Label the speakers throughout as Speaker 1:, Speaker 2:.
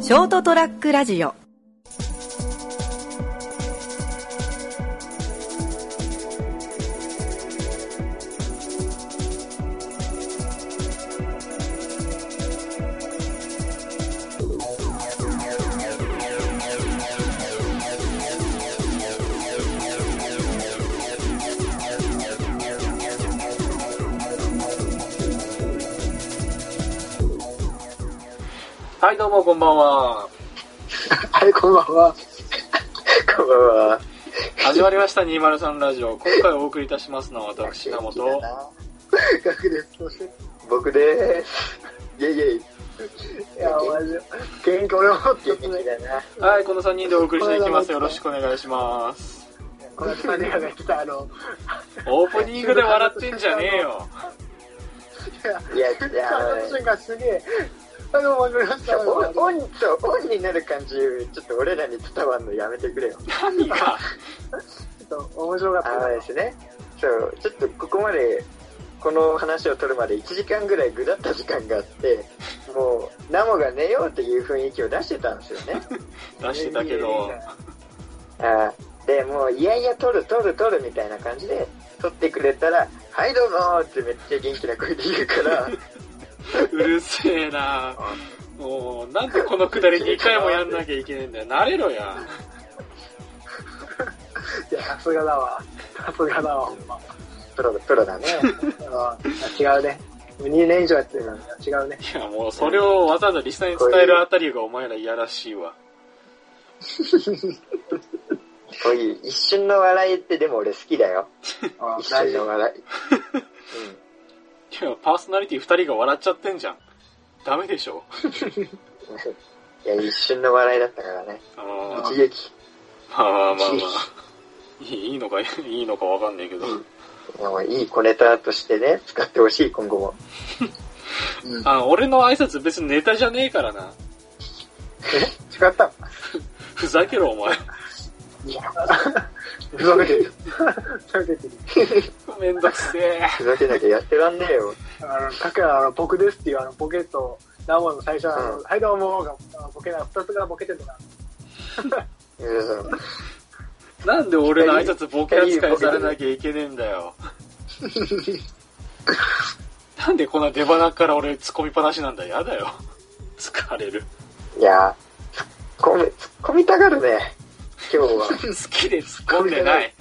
Speaker 1: ショートトラックラジオ
Speaker 2: はい、どうも、こんばんは。
Speaker 3: はい、こんばん は。こんばんは。
Speaker 2: 始まりました、203ラジオ。今回お送りいたしますのは私、名本。は
Speaker 3: ガクです。そして、
Speaker 4: 僕でーす。イェイイェイ。
Speaker 3: いや、お前、元気、俺も
Speaker 4: 元
Speaker 3: 一
Speaker 4: 気
Speaker 3: つ目。
Speaker 4: だな。
Speaker 2: い、この3人でお送りしていきます。よろしくお願いします。
Speaker 3: この二人が来た、あの、
Speaker 2: オープニングで笑ってんじゃねえよ。
Speaker 3: い
Speaker 4: い
Speaker 3: や、
Speaker 4: や
Speaker 3: いや、あの瞬間すげえ、あの、わかりました。
Speaker 4: オン、オンと、オンになる感じ、ちょっと俺らに伝わんのやめてくれよ。
Speaker 2: 何が
Speaker 3: ちょっと面白かっ
Speaker 4: あのですね。そう、ちょっとここまで、この話を取るまで1時間ぐらいぐだった時間があって、もう、ナモが寝ようっていう雰囲気を出してたんですよね。
Speaker 2: 出してたけど。
Speaker 4: あーで、もう、いやいや、取る、取る、取るみたいな感じで、取ってくれたら、はい、どうもーってめっちゃ元気な声で言うから、
Speaker 2: うるせえなもう、なんでこのくだり2回もやんなきゃいけねえんだよ。慣れろや。
Speaker 3: た。いや、さすがだわ。さすがだわ、ほんま。
Speaker 4: プロ、プロだね。
Speaker 3: うん違うね。2年以上やってるのに違うね。
Speaker 2: いや、もう、それをわざわざリスナーに伝えるあたりがお前らいやらしいわ。
Speaker 4: こういう一瞬の笑いってでも俺好きだよ。
Speaker 3: あ
Speaker 4: 一瞬の笑い。
Speaker 2: いや、パーソナリティ2人が笑っちゃってんじゃん。ダメでしょ。
Speaker 4: うん。いや、一瞬の笑いだったからね。
Speaker 2: あのー
Speaker 4: 一撃。
Speaker 2: まあまあまあまあ。 いいいいのか、いいのかわかんねえけど。
Speaker 4: もういい小ネタとしてね、使ってほしい、今後も。
Speaker 2: あの、俺の挨拶別にネタじゃねえからな。
Speaker 3: 違ったの
Speaker 2: ふざけろ、お前。
Speaker 3: ふざけてる。ふざけてる。
Speaker 2: めんどくせえ。
Speaker 4: ふざけなきゃやってらんねえよ。
Speaker 3: あの、かけあの、僕ですっていう、あの、ポケット、ナモの最初は、あの
Speaker 4: うん
Speaker 3: はい、どうもが、あのボケな、二つがボケてるのが、
Speaker 4: うん
Speaker 2: なんで俺の挨拶ボケ扱いされなきゃいけねえんだ よ。なんでこんな出鼻から俺突っ込みっぱなしなんだ。やだよ。疲れる。
Speaker 4: いや、突っ込み、突っ込みたがるね。今 日は。
Speaker 2: 好きで突っ込んでない。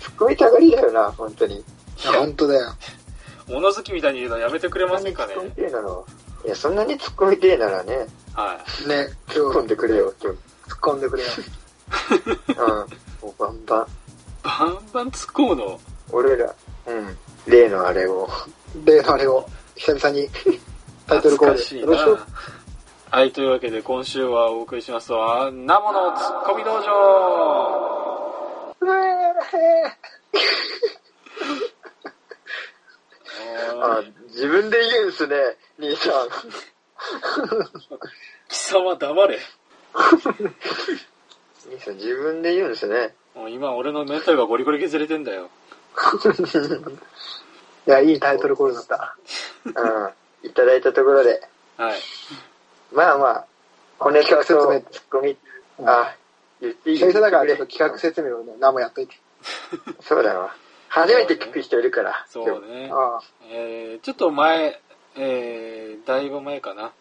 Speaker 4: 突っ込みたがりだよな、本当に。
Speaker 3: 本当だよ。
Speaker 2: 物好きみたいに言うのやめてくれま
Speaker 4: そ
Speaker 2: せ
Speaker 4: んな
Speaker 2: か
Speaker 4: んに突っ
Speaker 2: ね。
Speaker 4: 込みてえなの。いや、そんなに突っ込みてえならね、
Speaker 2: は
Speaker 3: ね、
Speaker 4: 突
Speaker 3: 今日
Speaker 4: っ込ん
Speaker 3: 突っ
Speaker 4: でくれよ、今日。
Speaker 3: 込んでくれよ。
Speaker 4: うん。もうバンバン。
Speaker 2: い。バンバン突っ込むの。
Speaker 4: 俺ら、うん。例のあれを。
Speaker 3: で、あれを、久々に、タイトルコール。
Speaker 2: 懐かしい
Speaker 3: よろしく
Speaker 2: な。はい、というわけで今週はお送りしますは、ナモのツッコミ道場
Speaker 3: うえー
Speaker 4: あ、自分で言うんすね、兄さん。
Speaker 2: 貴様黙れ。
Speaker 4: 兄さん、自分で言うんすね。
Speaker 2: もう今俺のメンタルがゴリゴリ削れてんだよ。
Speaker 3: いや、いいタイトルコールだった。
Speaker 4: うん。いただいたところで。
Speaker 2: はい。
Speaker 4: まあまあ、小ネタとツ
Speaker 3: 企
Speaker 4: ッコミ、あ、言っていい
Speaker 3: 久々だから、ちょっと企画説明をね、何もやっといて。
Speaker 4: そうだわ。初めて聞く人いるから。
Speaker 2: そうね。
Speaker 3: ああ
Speaker 2: えー、ちょっと前、えー、だいぶ前かな。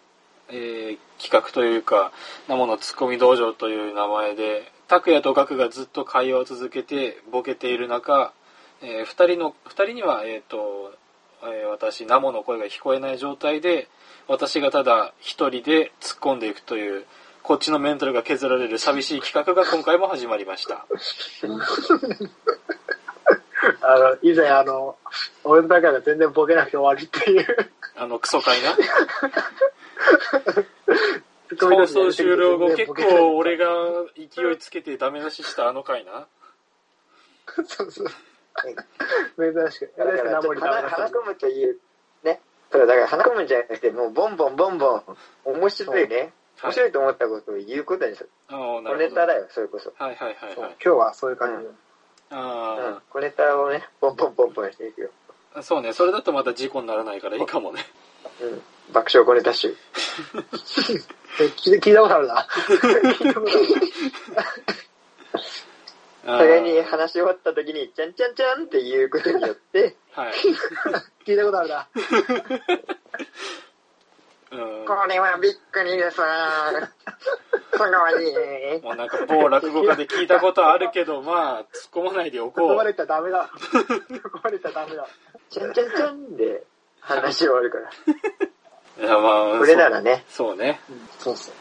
Speaker 2: えー、企画というか、ナモのツッコミ道場という名前で、拓也とガクがずっと会話を続けて、ボケている中、えー、二人の、二人には、えっ、と、えー私、ナモの声が聞こえない状態で、私がただ一人で突っ込んでいくという、こっちのメンタルが削られる寂しい企画が今回も始まりました。
Speaker 3: あの、以前、あの、俺の中で全然ボケなくて終わりっていう。
Speaker 2: あの、クソ会な。
Speaker 3: ツッコミ
Speaker 2: 放
Speaker 3: 同士で
Speaker 2: 送
Speaker 3: やりすぎ
Speaker 2: 終
Speaker 3: て
Speaker 2: 了後、
Speaker 3: 全然
Speaker 2: 結
Speaker 3: ボケなくて
Speaker 2: 構俺が勢いつけてダメ出ししたあの回な。
Speaker 3: そう そう。珍しく。
Speaker 4: だか
Speaker 3: 珍しく
Speaker 4: ら、
Speaker 3: 名
Speaker 4: ちょっ
Speaker 3: 森
Speaker 4: と
Speaker 3: さん
Speaker 4: 鼻鼻込むという、ね。そうだから、鼻込むんじゃなくて、もう、ボンボンボンボン、面白いね。
Speaker 2: は
Speaker 4: 面
Speaker 2: い。
Speaker 4: 白いと思ったことを言うことにする。
Speaker 2: あーな
Speaker 4: 小
Speaker 2: る
Speaker 4: ネ
Speaker 2: ほど。は
Speaker 4: タ
Speaker 2: い
Speaker 4: だよ、それこそ。
Speaker 2: はいはい
Speaker 3: そう
Speaker 2: は
Speaker 3: 今
Speaker 2: い。
Speaker 3: 日はそういう感じ。
Speaker 4: うん
Speaker 2: あ。
Speaker 4: 小ネタをね、ボンボンボンボンしていくよ。
Speaker 2: あ、そうね。それだとまた事故にならないからいいかもね。
Speaker 4: うん。爆笑小ネタ集。
Speaker 3: え聞い聞いたことあるな。
Speaker 4: 互いに話し終わった時に、ちゃんちゃんちゃんっていうことによって、
Speaker 2: はい。
Speaker 3: 聞いたことあるな。
Speaker 2: うん
Speaker 4: これはびっくりですわー。すごい。
Speaker 2: もうなんか某落語家で聞いたことあるけど、まあ、突っ込まないでおこ
Speaker 3: ここま
Speaker 2: う。
Speaker 3: でいったらダメ だ。ここまでいったらダメだ。
Speaker 4: ちゃんちゃんちゃんで話終わるから。
Speaker 2: いやまあ、
Speaker 4: これならね。
Speaker 2: そうそうね。
Speaker 3: そうそ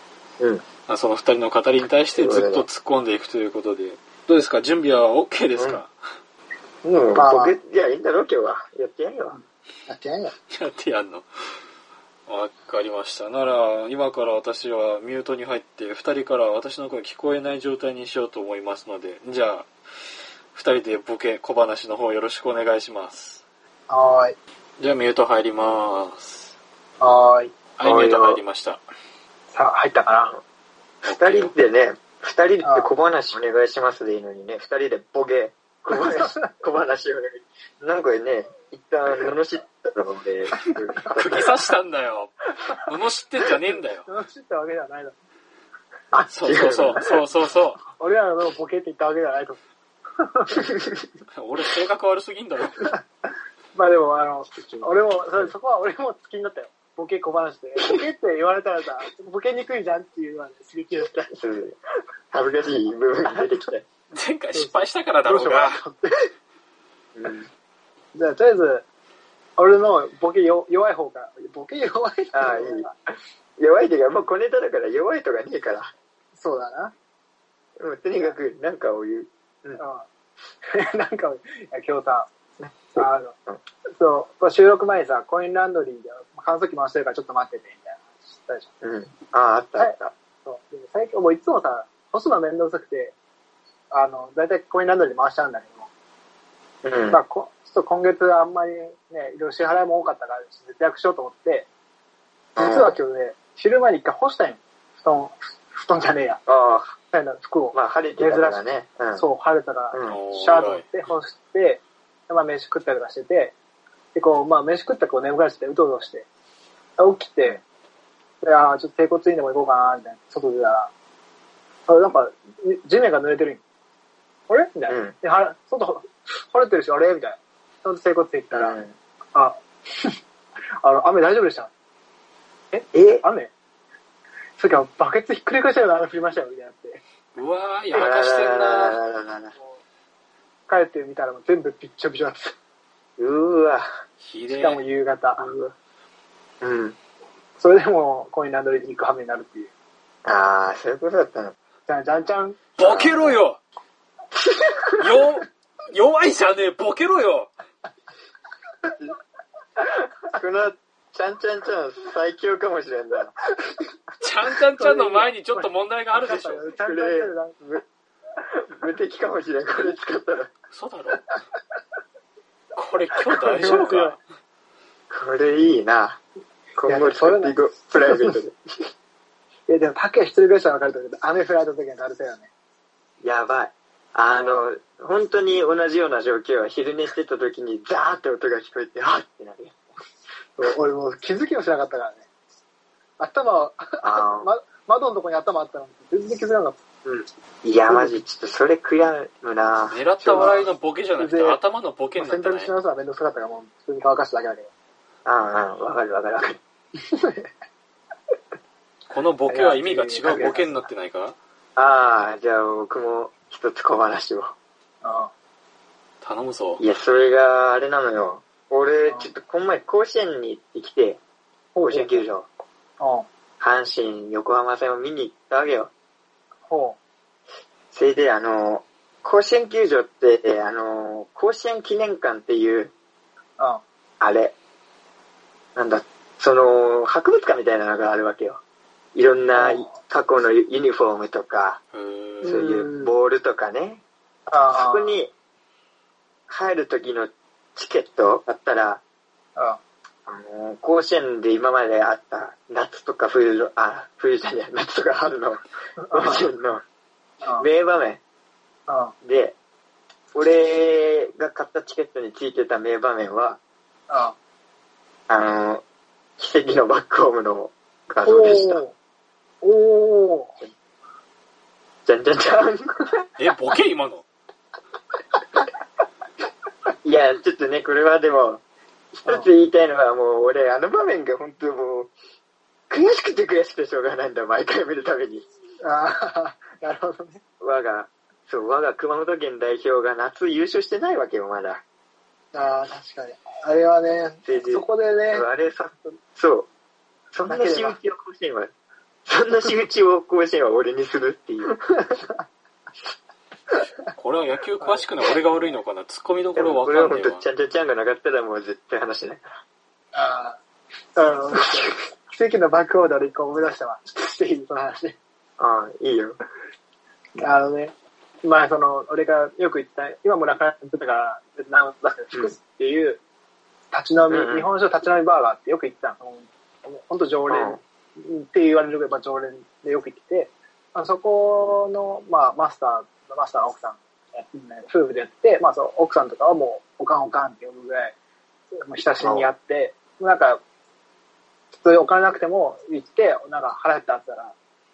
Speaker 3: う。
Speaker 4: うん。
Speaker 2: まあ、その二人の語りに対してずっと突っ込んでいくということで。どうですか準備は OK ですか、
Speaker 4: うん、
Speaker 3: まあ
Speaker 4: 僕、じゃあいいんだろう、今日は。やってやんよ。
Speaker 3: やってないよ。
Speaker 2: やってやんのわかりました。なら、今から私はミュートに入って、二人から私の声聞こえない状態にしようと思いますので、じゃあ、二人でボケ、小話の方よろしくお願いします。
Speaker 3: はーい。
Speaker 2: じゃあ、ミュート入ります。
Speaker 3: はーい。
Speaker 2: はい、
Speaker 4: は
Speaker 2: ミ
Speaker 4: い
Speaker 2: ュート入りました。
Speaker 3: さあ、入ったかな。
Speaker 4: 二人でね、二人で小話お願いしますでいいのにね、二人でボケ、小話、小話をね、なんかね、一旦、罵ったので、
Speaker 2: 釘刺したんだよ。罵ってんじゃねえんだよ。
Speaker 3: 楽しいってわけではないだろ。
Speaker 4: あ、
Speaker 2: そうそうそう、そうそうそ
Speaker 3: 俺らのボケって言ったわけではないと思
Speaker 2: う。俺性格悪すぎんだよ。
Speaker 3: う。まあでも、あの、俺も、そそこは俺も好きになったよ。ボケ小話で。ボケって言われたらさ、ボケにくいじゃんっていうのはね、すげえ嫌だった。
Speaker 4: そう恥ずかしい部分が出てきた。
Speaker 2: 前回失敗したからだろうが。
Speaker 4: うん、
Speaker 3: じゃあ、とりあえず、俺のボケよ弱い方から。ボケ弱いっていうのは
Speaker 4: ああいい弱いというか、もう小ネタだから弱いとかねえから。
Speaker 3: そうだな。
Speaker 4: もうとにかく、なんかを言う。
Speaker 3: うん。 なんか、いや今日さ、あの、そう、まあ収録前にさ、コインランドリーで乾燥機回してるからちょっと待ってて、みたいな話したでしょ。
Speaker 4: うん。ああ、あったあった。
Speaker 3: そう。で最近、もういつもさ、干すのめんどくさくて、あの、だいたいコインランドリーで回しちゃうんだけど、
Speaker 4: うん
Speaker 3: まあ、こちょっと今月あんまりね、いろいろ支払いも多かったから、節約しようと思って、実は今日ね、昼前に一回干したんよ。布団、布団じゃねえや。
Speaker 4: あ
Speaker 3: なんだ服を
Speaker 4: あ、。まあ、晴れてたからね。うん。
Speaker 3: そう、晴れたから、
Speaker 4: うん。
Speaker 2: おー
Speaker 3: シャーとって干して、でまあ飯食ったりとかしてて、で、こう、まあ飯食ったらこう眠くらして、うとうとして、起きて、でああ、ちょっと低骨院でも行こうかな、みたいな、外出たら、あれなんか、に地面が濡れてるんよあれみたいな。
Speaker 4: うん
Speaker 3: で、は外、晴れてるし、あれみたいな。ちゃんと低骨院行ったら、
Speaker 4: うん
Speaker 3: あ、あの、雨大丈夫でした
Speaker 4: え
Speaker 3: 雨それからバケツひっくり返したような雨降りましたよ、みたいなって。
Speaker 2: うわー、
Speaker 4: あ
Speaker 2: やら
Speaker 4: らら
Speaker 2: かして
Speaker 4: ら
Speaker 2: んな。
Speaker 4: らららら
Speaker 3: 帰ってみたらもう全部びっちょびちょだった。
Speaker 4: うーわ。
Speaker 2: ひ
Speaker 3: し
Speaker 2: で
Speaker 3: かも
Speaker 2: え。
Speaker 3: 夕方。
Speaker 4: うん。
Speaker 3: それでもコインランドリーに行く羽目になるっていう。
Speaker 4: ああ、そういうことだったの。
Speaker 3: じゃんじゃんじゃん。
Speaker 2: ボケろよよ、弱いじゃねえ、ボケろよ
Speaker 4: この、ちゃんちゃんちゃん最強かもしれんな。
Speaker 2: ちゃんちゃんちゃんの前にちょっと問題があるでしょ。
Speaker 3: ちゃんじゃんじゃんじゃん
Speaker 4: 無無敵かもしれん、これ使ったら。
Speaker 2: 嘘だろこれ今日大丈夫か
Speaker 4: これいいな。今後使っていこう。プライベート で。
Speaker 3: いやでも、竹は一人暮らしは分かると思うけど、雨降られた時はだるさよね。
Speaker 4: やばい。あの、本当に同じような状況は昼寝してた時にザーって音が聞こえて、あっってなる。
Speaker 3: そう俺もう気づきもしなかったからね。頭、
Speaker 4: あー
Speaker 3: ま、窓のとこに頭あったのに全然気づかなかっ
Speaker 4: いや、マジ、ちょっとそれ悔やむな。
Speaker 2: 狙った笑いのボケじゃなくて
Speaker 3: で
Speaker 2: 頭のボケ
Speaker 3: た。
Speaker 2: になっ
Speaker 3: 洗
Speaker 2: てな
Speaker 3: 濯
Speaker 2: い
Speaker 3: し直すのはめんどくさかったから、もう普通に乾かしただけだけど。
Speaker 4: ああ、わかるわかるわかる。
Speaker 2: このボケは意味が違うボケになってないか
Speaker 4: ああ、じゃあ僕も一つ小話を。
Speaker 3: あ
Speaker 2: 頼むぞ
Speaker 4: い。や、それがあれなのよ。俺、ちょっとこの前甲子園に行ってきて、
Speaker 3: ほ
Speaker 4: 甲
Speaker 3: う
Speaker 4: 子園球場、
Speaker 3: ほ
Speaker 4: 阪神、横浜戦を見に行ったわけよ。
Speaker 3: う。ほ
Speaker 4: それで、あの、甲子園球場って、あの、甲子園記念館っていう、
Speaker 3: う。うん。
Speaker 4: あれ、なんだ、その、博物館みたいなのがあるわけよ。いろんな
Speaker 3: うん
Speaker 4: 過去のユユニフォームとか、
Speaker 2: う
Speaker 4: そう
Speaker 2: ーん
Speaker 4: いうボールとかね、
Speaker 3: あ
Speaker 4: そこに入る時のチケットあったら、
Speaker 3: あ
Speaker 4: あの甲子園で今まであった夏とか冬の、あ、冬じゃねえ、夏とか春の甲子園の
Speaker 3: あ
Speaker 4: 名場面
Speaker 3: あ
Speaker 4: で、俺が買ったチケットについてた名場面は、
Speaker 3: あ
Speaker 4: あの、奇跡のバックホームの画像でした。
Speaker 3: おーおー。
Speaker 4: じゃんじゃんじゃん。
Speaker 2: え、ボケ今の。
Speaker 4: いや、ちょっとね、これはでも、一つ言いたいのはもう、俺、あの場面が本当もう、悔しくて悔しくてしょうがないんだ、毎回見るたびに。
Speaker 3: あー、なるほどね。
Speaker 4: 我が、そう、我が熊本県代表が夏優勝してないわけよ、まだ。
Speaker 3: あー、確かに。あれはね
Speaker 4: で、で
Speaker 3: そこでね、
Speaker 4: あれさ、そう。そんな仕打ちを甲子園は、そんな仕打ちを甲子園は俺にするっていう。
Speaker 2: これは野球詳しくない俺が悪いのかな。突っ込みどこ
Speaker 4: で
Speaker 2: ろ
Speaker 4: も
Speaker 2: わ
Speaker 4: これは
Speaker 2: かん
Speaker 4: 本
Speaker 2: ねえ
Speaker 4: 当、
Speaker 2: わ
Speaker 4: ち。ゃんちゃんちゃんがなかったらもう絶対話しない。
Speaker 3: あー、あの、奇跡のバックオーダーで一個思い出したわ。ちょっとしていいその話。
Speaker 4: ああ、いいよ。
Speaker 3: あのね、まあその、俺がよく言った、今もなくなってたから、名を出すけど、福津っていう、立ち飲み、
Speaker 4: うんうん
Speaker 3: 日本酒の立ち飲みバーガーってよく行ってたの。ほんと常連って言われるぐらい、まあ、常連でよく行ってて、あそこの、まあ、マスター、マスターの奥さん、夫婦でやって、まあ、その奥さんとかはもう、おかんおかんって呼ぶぐらい、もう親しみにやって、なんか、そういうお金なくても行って、なんか払ったって言っ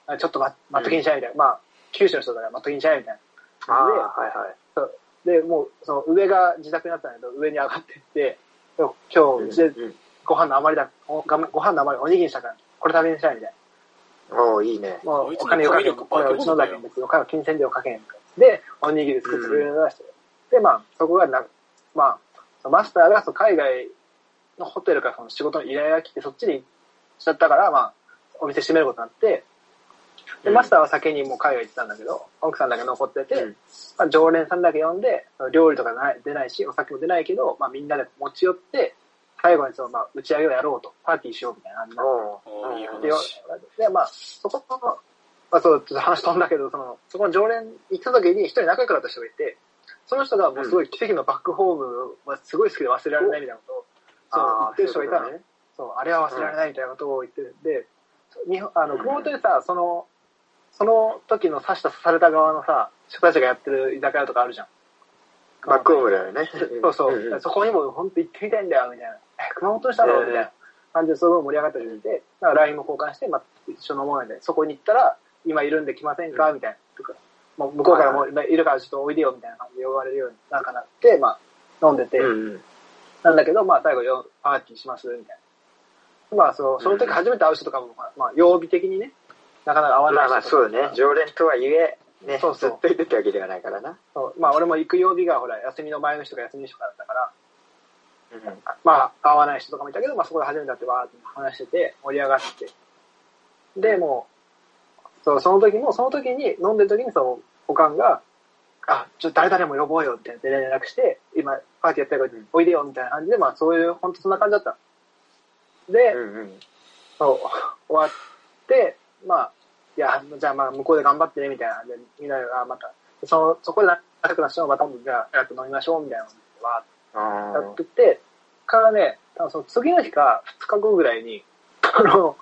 Speaker 3: たら、ちょっと待待っときにしないみたいな。まあ、九州の人だから待っときにしないみたい
Speaker 4: ああ、
Speaker 3: な。
Speaker 4: はいはい。
Speaker 3: で、で、もう、その上が自宅になったんだけど、上に上がってって、でも今日、うちで
Speaker 4: うん
Speaker 3: ご飯の余りだ、おごご飯の余り、おにぎりにしたから、これ食べにしたいみたいな。
Speaker 4: おーいいね。
Speaker 3: も
Speaker 2: こ
Speaker 3: う
Speaker 2: いつ
Speaker 3: お
Speaker 2: の
Speaker 3: 金をかけ
Speaker 2: 体
Speaker 3: る。
Speaker 2: 力
Speaker 3: これはうちのだけです。お金は金銭料かけんから。で、おにぎり作ってくれるのして、で、まあ、そこがな、まあ、マスターがその海外のホテルからその仕事の依頼が来て、そっちにしちゃったから、まあ、お店閉めることになって、で、
Speaker 4: うん
Speaker 3: マスターは先にもう海外行ってたんだけど、奥さんだけ残ってて、
Speaker 4: うん
Speaker 3: まあ、常連さんだけ呼んで、料理とかない出ないし、お酒も出ないけど、まあ、みんなで持ち寄って、最後にその、まあ、打ち上げをやろうと、パーティーしようみたいな感じになって
Speaker 4: お
Speaker 2: おーいい話
Speaker 3: で、でまあ、そこの、まあ、そう、ちょっと話飛んだけど、その、そこの常連行った時に一人仲良くなった人がいて、その人がもうすごい奇跡のバックホームはすごい好きで忘れられないみたいなことを、その言ってる人がいたのね。そう、あれは忘れられないみたいなことを言ってる。で、日本、あの、
Speaker 4: うん
Speaker 3: 熊本でさ、その、その時の刺した刺された側のさ、人たちがやってる居酒屋とかあるじゃん。
Speaker 4: バックホームだよね。
Speaker 3: そうそう。
Speaker 4: んん
Speaker 3: そこにも本当行ってみたいんだよ、みたいな。え、熊本したのみたいな感じで、すごい盛り上がったりして、だから LINE も交換して、まあ、一緒のもので、そこに行ったら、今いるんで来ませんかみたいな。とか、もう向こうからもういるからちょっとおいでよ、みたいな感じで呼ばれるようになんかなって、まあ、飲んでて、
Speaker 4: うんうん。
Speaker 3: なんだけど、まあ、最後よ、パーティーします、みたいな。まあ、そう、その時初めて会う人とかも、まあ、曜日的にね、なかなか会わな
Speaker 4: ま
Speaker 3: い
Speaker 4: あ
Speaker 3: 人
Speaker 4: まあ、
Speaker 3: と
Speaker 4: そ
Speaker 3: か
Speaker 4: うだね。常連とはいえ、ね、ず
Speaker 3: そうそう
Speaker 4: っといるってわけではないからな。
Speaker 3: そうまあ、俺も行く曜日が、ほら、休みの前の人が休みの人だったから、
Speaker 4: うん
Speaker 3: まあ、会わない人とかもいたけど、まあ、そこで初めて会ってわーって話してて、盛り上がってて。で、もう、そう、その時も、その時に、飲んでる時に、その、おかんが、あ、ちょっと誰々も呼ぼうよ、みたいな連絡して、今、パーティーやったるから、おいでよ、みたいな感じで、まあ、そういう、本当そんな感じだったの。で、
Speaker 4: うんうん。
Speaker 3: そう、終わって、まあ、いや、じゃあまあ、向こうで頑張ってね、みたいな。で、みんなが、また、その、そこで仲良くなった人もまた、じゃあ、早く飲みましょう、みたいなのをわーって
Speaker 4: あ
Speaker 3: やってて、からね、多分その次の日か2日後ぐらいに、あの、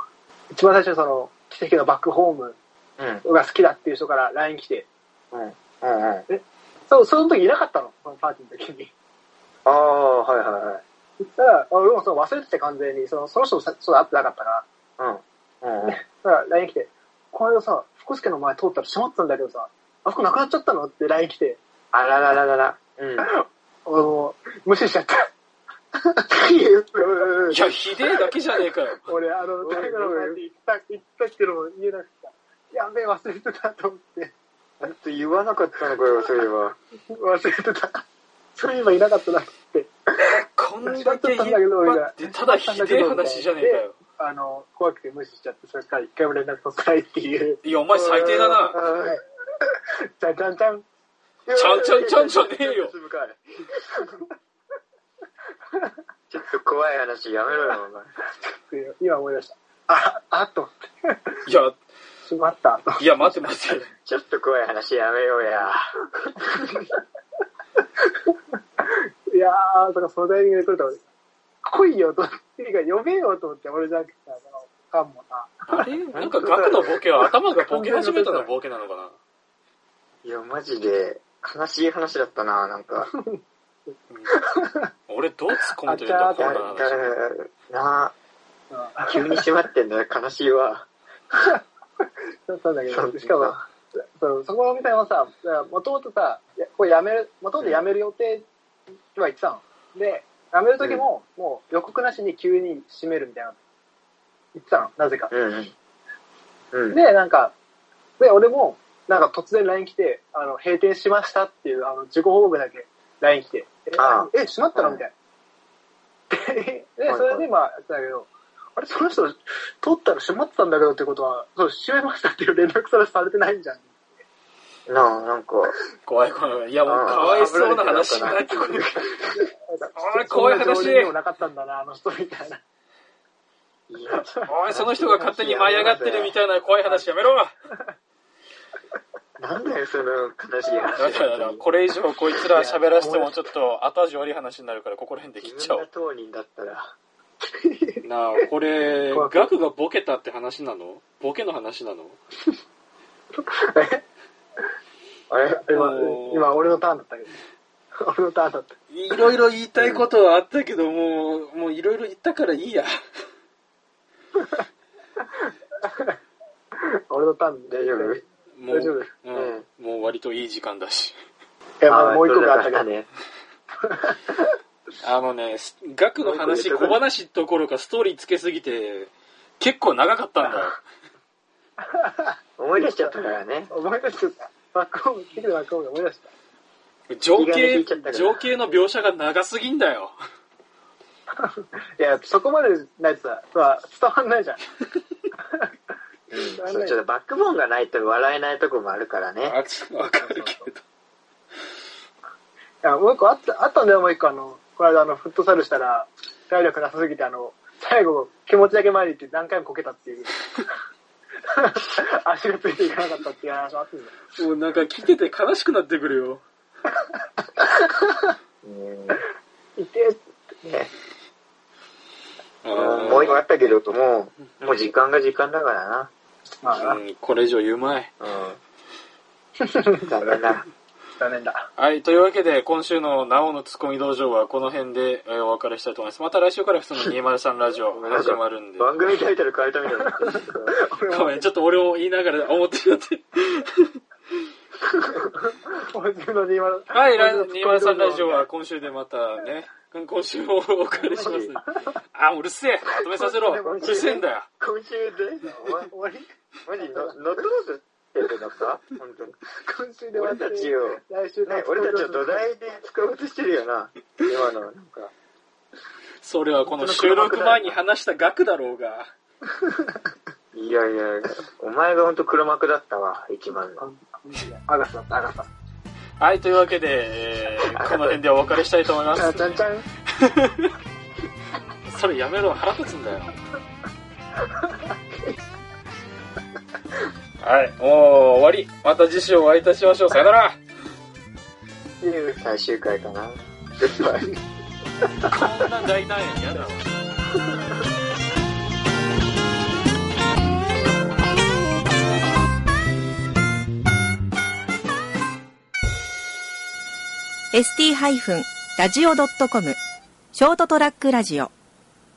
Speaker 3: 一番最初にその、奇跡のバックホーム
Speaker 4: あ。うん。
Speaker 3: が好きだっていう人から LINE 来て、
Speaker 4: うん。うんうん。
Speaker 3: そう、その時いなかったの、そのパーティーの時に。
Speaker 4: ああ、はいは
Speaker 3: そしたら、俺もその忘れてて完全に、そのその人もさそう会ってなかったから、
Speaker 4: いはい。うん。うんうん。
Speaker 3: だから LINE 来て、この間さ、福助の前通ったら閉まってたんだけどさ、あそこなくなっちゃったのって LINE 来て、
Speaker 4: あららららら。うん。
Speaker 3: 俺もう無視しちゃった。
Speaker 2: いや、ひでえだけじゃねえかよ。
Speaker 3: 俺、あの、最後のパーティー行った、行ったけども言えなくてさ、やべえ、忘れてたと思って。
Speaker 4: あと言わなかったのかよ、そういえば。
Speaker 3: 忘れてた。そういえばいなかったなって。
Speaker 2: こんだけ引っ張って、ただひでえ話じゃねえかよ。
Speaker 3: あの、怖くて無視しちゃって、それから一回も連絡取ってないっていう。
Speaker 2: いや、お前最低だな。
Speaker 4: な。
Speaker 3: じゃじゃんじゃん。
Speaker 2: ちゃんちゃんちゃんじゃねえよ
Speaker 4: ちょっと怖い話やめろよ、お 前。
Speaker 3: 今思い出した。あ、あと思って。
Speaker 2: いや、
Speaker 3: しまった。
Speaker 2: いや、待って待って。
Speaker 4: ちょっと怖い話やめようや。
Speaker 3: いやー、だからそのタイミングで来ると思って、来いよと思って、てか呼べよと思って、俺じゃなくてさ、あの、ファンもさ、
Speaker 2: あれなんか額のボケは頭がボケ始めたのボケなのかない
Speaker 4: や、マジで、悲しい話だったな、なんか。
Speaker 2: うん俺どう突っ込むというとこ
Speaker 4: だ
Speaker 2: んな
Speaker 4: だ
Speaker 2: 話。
Speaker 4: なあ
Speaker 3: うん
Speaker 4: 急に閉まってんだよ、悲しいわ。
Speaker 3: だったんだけ
Speaker 4: そう
Speaker 3: ど、しかも、そのそこみたいなのさ、もともとさ、やこれやめる、もともとやめる予定とは言ってたの。で、やめる時も、もう予告なしに急に閉めるみたいな。言ってたの、なぜか。
Speaker 4: うん。うん。
Speaker 3: で、なんか、で、俺も、なんか突然 LINE 来て、あの、閉店しましたっていう、あの、自己報告だけ LINE 来て、え、
Speaker 4: ああ
Speaker 3: え閉まった
Speaker 4: は
Speaker 3: の
Speaker 4: い
Speaker 3: みたいな。で、
Speaker 4: はい
Speaker 3: でそれでまあ、やってたけど、あれ、その人、取ったら閉まってたんだけどってことは、そう、閉めましたっていう連絡すらされてないんじゃん。
Speaker 4: なあ、なんか、
Speaker 2: 怖い怖い。いや、もうかわいそうな話になってくる。ああ怖い話
Speaker 3: そんな常連もなかったんだな、あの人みたいな。
Speaker 4: いや、
Speaker 2: おい、その人が勝手に舞い上がってるみたいな怖い話やめろ
Speaker 4: なんだよ、その悲しい話。
Speaker 2: だからな、これ以上こいつら喋らせてもちょっと後味悪い話になるから、ここら辺で切っ
Speaker 4: 自
Speaker 2: ちゃお
Speaker 4: 分が
Speaker 2: う。
Speaker 4: 当人だったら、
Speaker 2: なあ、これ、
Speaker 3: 怖く
Speaker 2: ガクがボケたって話なのボケの話なの
Speaker 4: あれ
Speaker 3: 今
Speaker 2: おー、
Speaker 3: 今俺のターンだったけど。 俺のターンだった。
Speaker 2: いろいろ言いたいことはあったけど、もう、もういろいろ言ったからいいや。
Speaker 3: 俺のターンで
Speaker 4: 大丈夫
Speaker 2: もう、
Speaker 3: 大丈夫
Speaker 2: うんもう割といい時間だし。
Speaker 3: え、まあもう一個があったけど。
Speaker 4: ね。
Speaker 2: あのね、すガクの話、小話どころかストーリーつけすぎて、結構長かったんだよ。
Speaker 4: 思い出しちゃったからね。
Speaker 3: 思い出しちゃった。バックホーム、来てるバックホームで思い出した。
Speaker 2: 情
Speaker 4: 気が抜
Speaker 2: 景
Speaker 4: いちゃったか、ら
Speaker 2: 情景の描写が長すぎんだよ。
Speaker 3: いや、そこまでないとさ、まあ、伝わんないじゃん。伝わん
Speaker 4: そ
Speaker 3: な
Speaker 4: う
Speaker 3: い
Speaker 4: ちょっとバックボーンがないと笑えないとこもあるからね。
Speaker 2: あちょっとわかるけど。
Speaker 3: いやもう一個あった、あったんだよ、もう一個。あの、この間、あの、フットサルしたら、体力なさすぎて、あの、最後、気持ちだけ前に行って何回もこけたっていう。 足がついていかなかったっていう話もあったんだ よ。
Speaker 2: もうなんか聞いてて悲しくなってくるよ。
Speaker 4: うん
Speaker 3: いて、
Speaker 4: ね
Speaker 2: あ
Speaker 4: もう一個あったけれども、もう時間が時間だからな。
Speaker 3: まあな、
Speaker 2: これ以上言うまい。
Speaker 4: うん。残念な。
Speaker 3: 残念だ。
Speaker 2: はい、というわけで、今週のなおのツッコミ道場はこの辺でえーお別れしたいと思います。また来週から普通の203ラジオ始まる んで。
Speaker 4: 番組タイトル変えたみたいになってるけど。
Speaker 2: ごめん、ちょっと俺を言いながら思ってしまって。
Speaker 3: 今週の今
Speaker 2: はい、ラ203ラジオは今週でまたね、今週もお別れします。あ、うるせえまとめさせ ろうるせえんだよ
Speaker 4: 今週でお前
Speaker 3: 終わり
Speaker 4: マジ、の乗っ取ろうとしてるのか本当に。
Speaker 3: 今週で終わ
Speaker 4: 俺
Speaker 3: って
Speaker 4: たちを、
Speaker 3: 来週
Speaker 4: ね、俺たちを土台で使おうとしてるよな。今の、なんか。
Speaker 2: それはこの収録前に話した額だろうが。
Speaker 4: いやいや、お前が本当黒幕だったわ、一番の。
Speaker 3: アガスだった、アガスだっ
Speaker 2: はい、というわけで、えーこの辺でお別れしたいと思いま
Speaker 3: た。
Speaker 2: す
Speaker 3: ち。ゃんちゃん。
Speaker 2: それやめろ、腹立つんだ よ。はい、もう終わり。また次週お会いいたしましょう。さよなら。
Speaker 4: 最終回か な。グッバイ。
Speaker 2: こんな大団円嫌だわ。
Speaker 1: ST-radio.com ショートトラックラジオ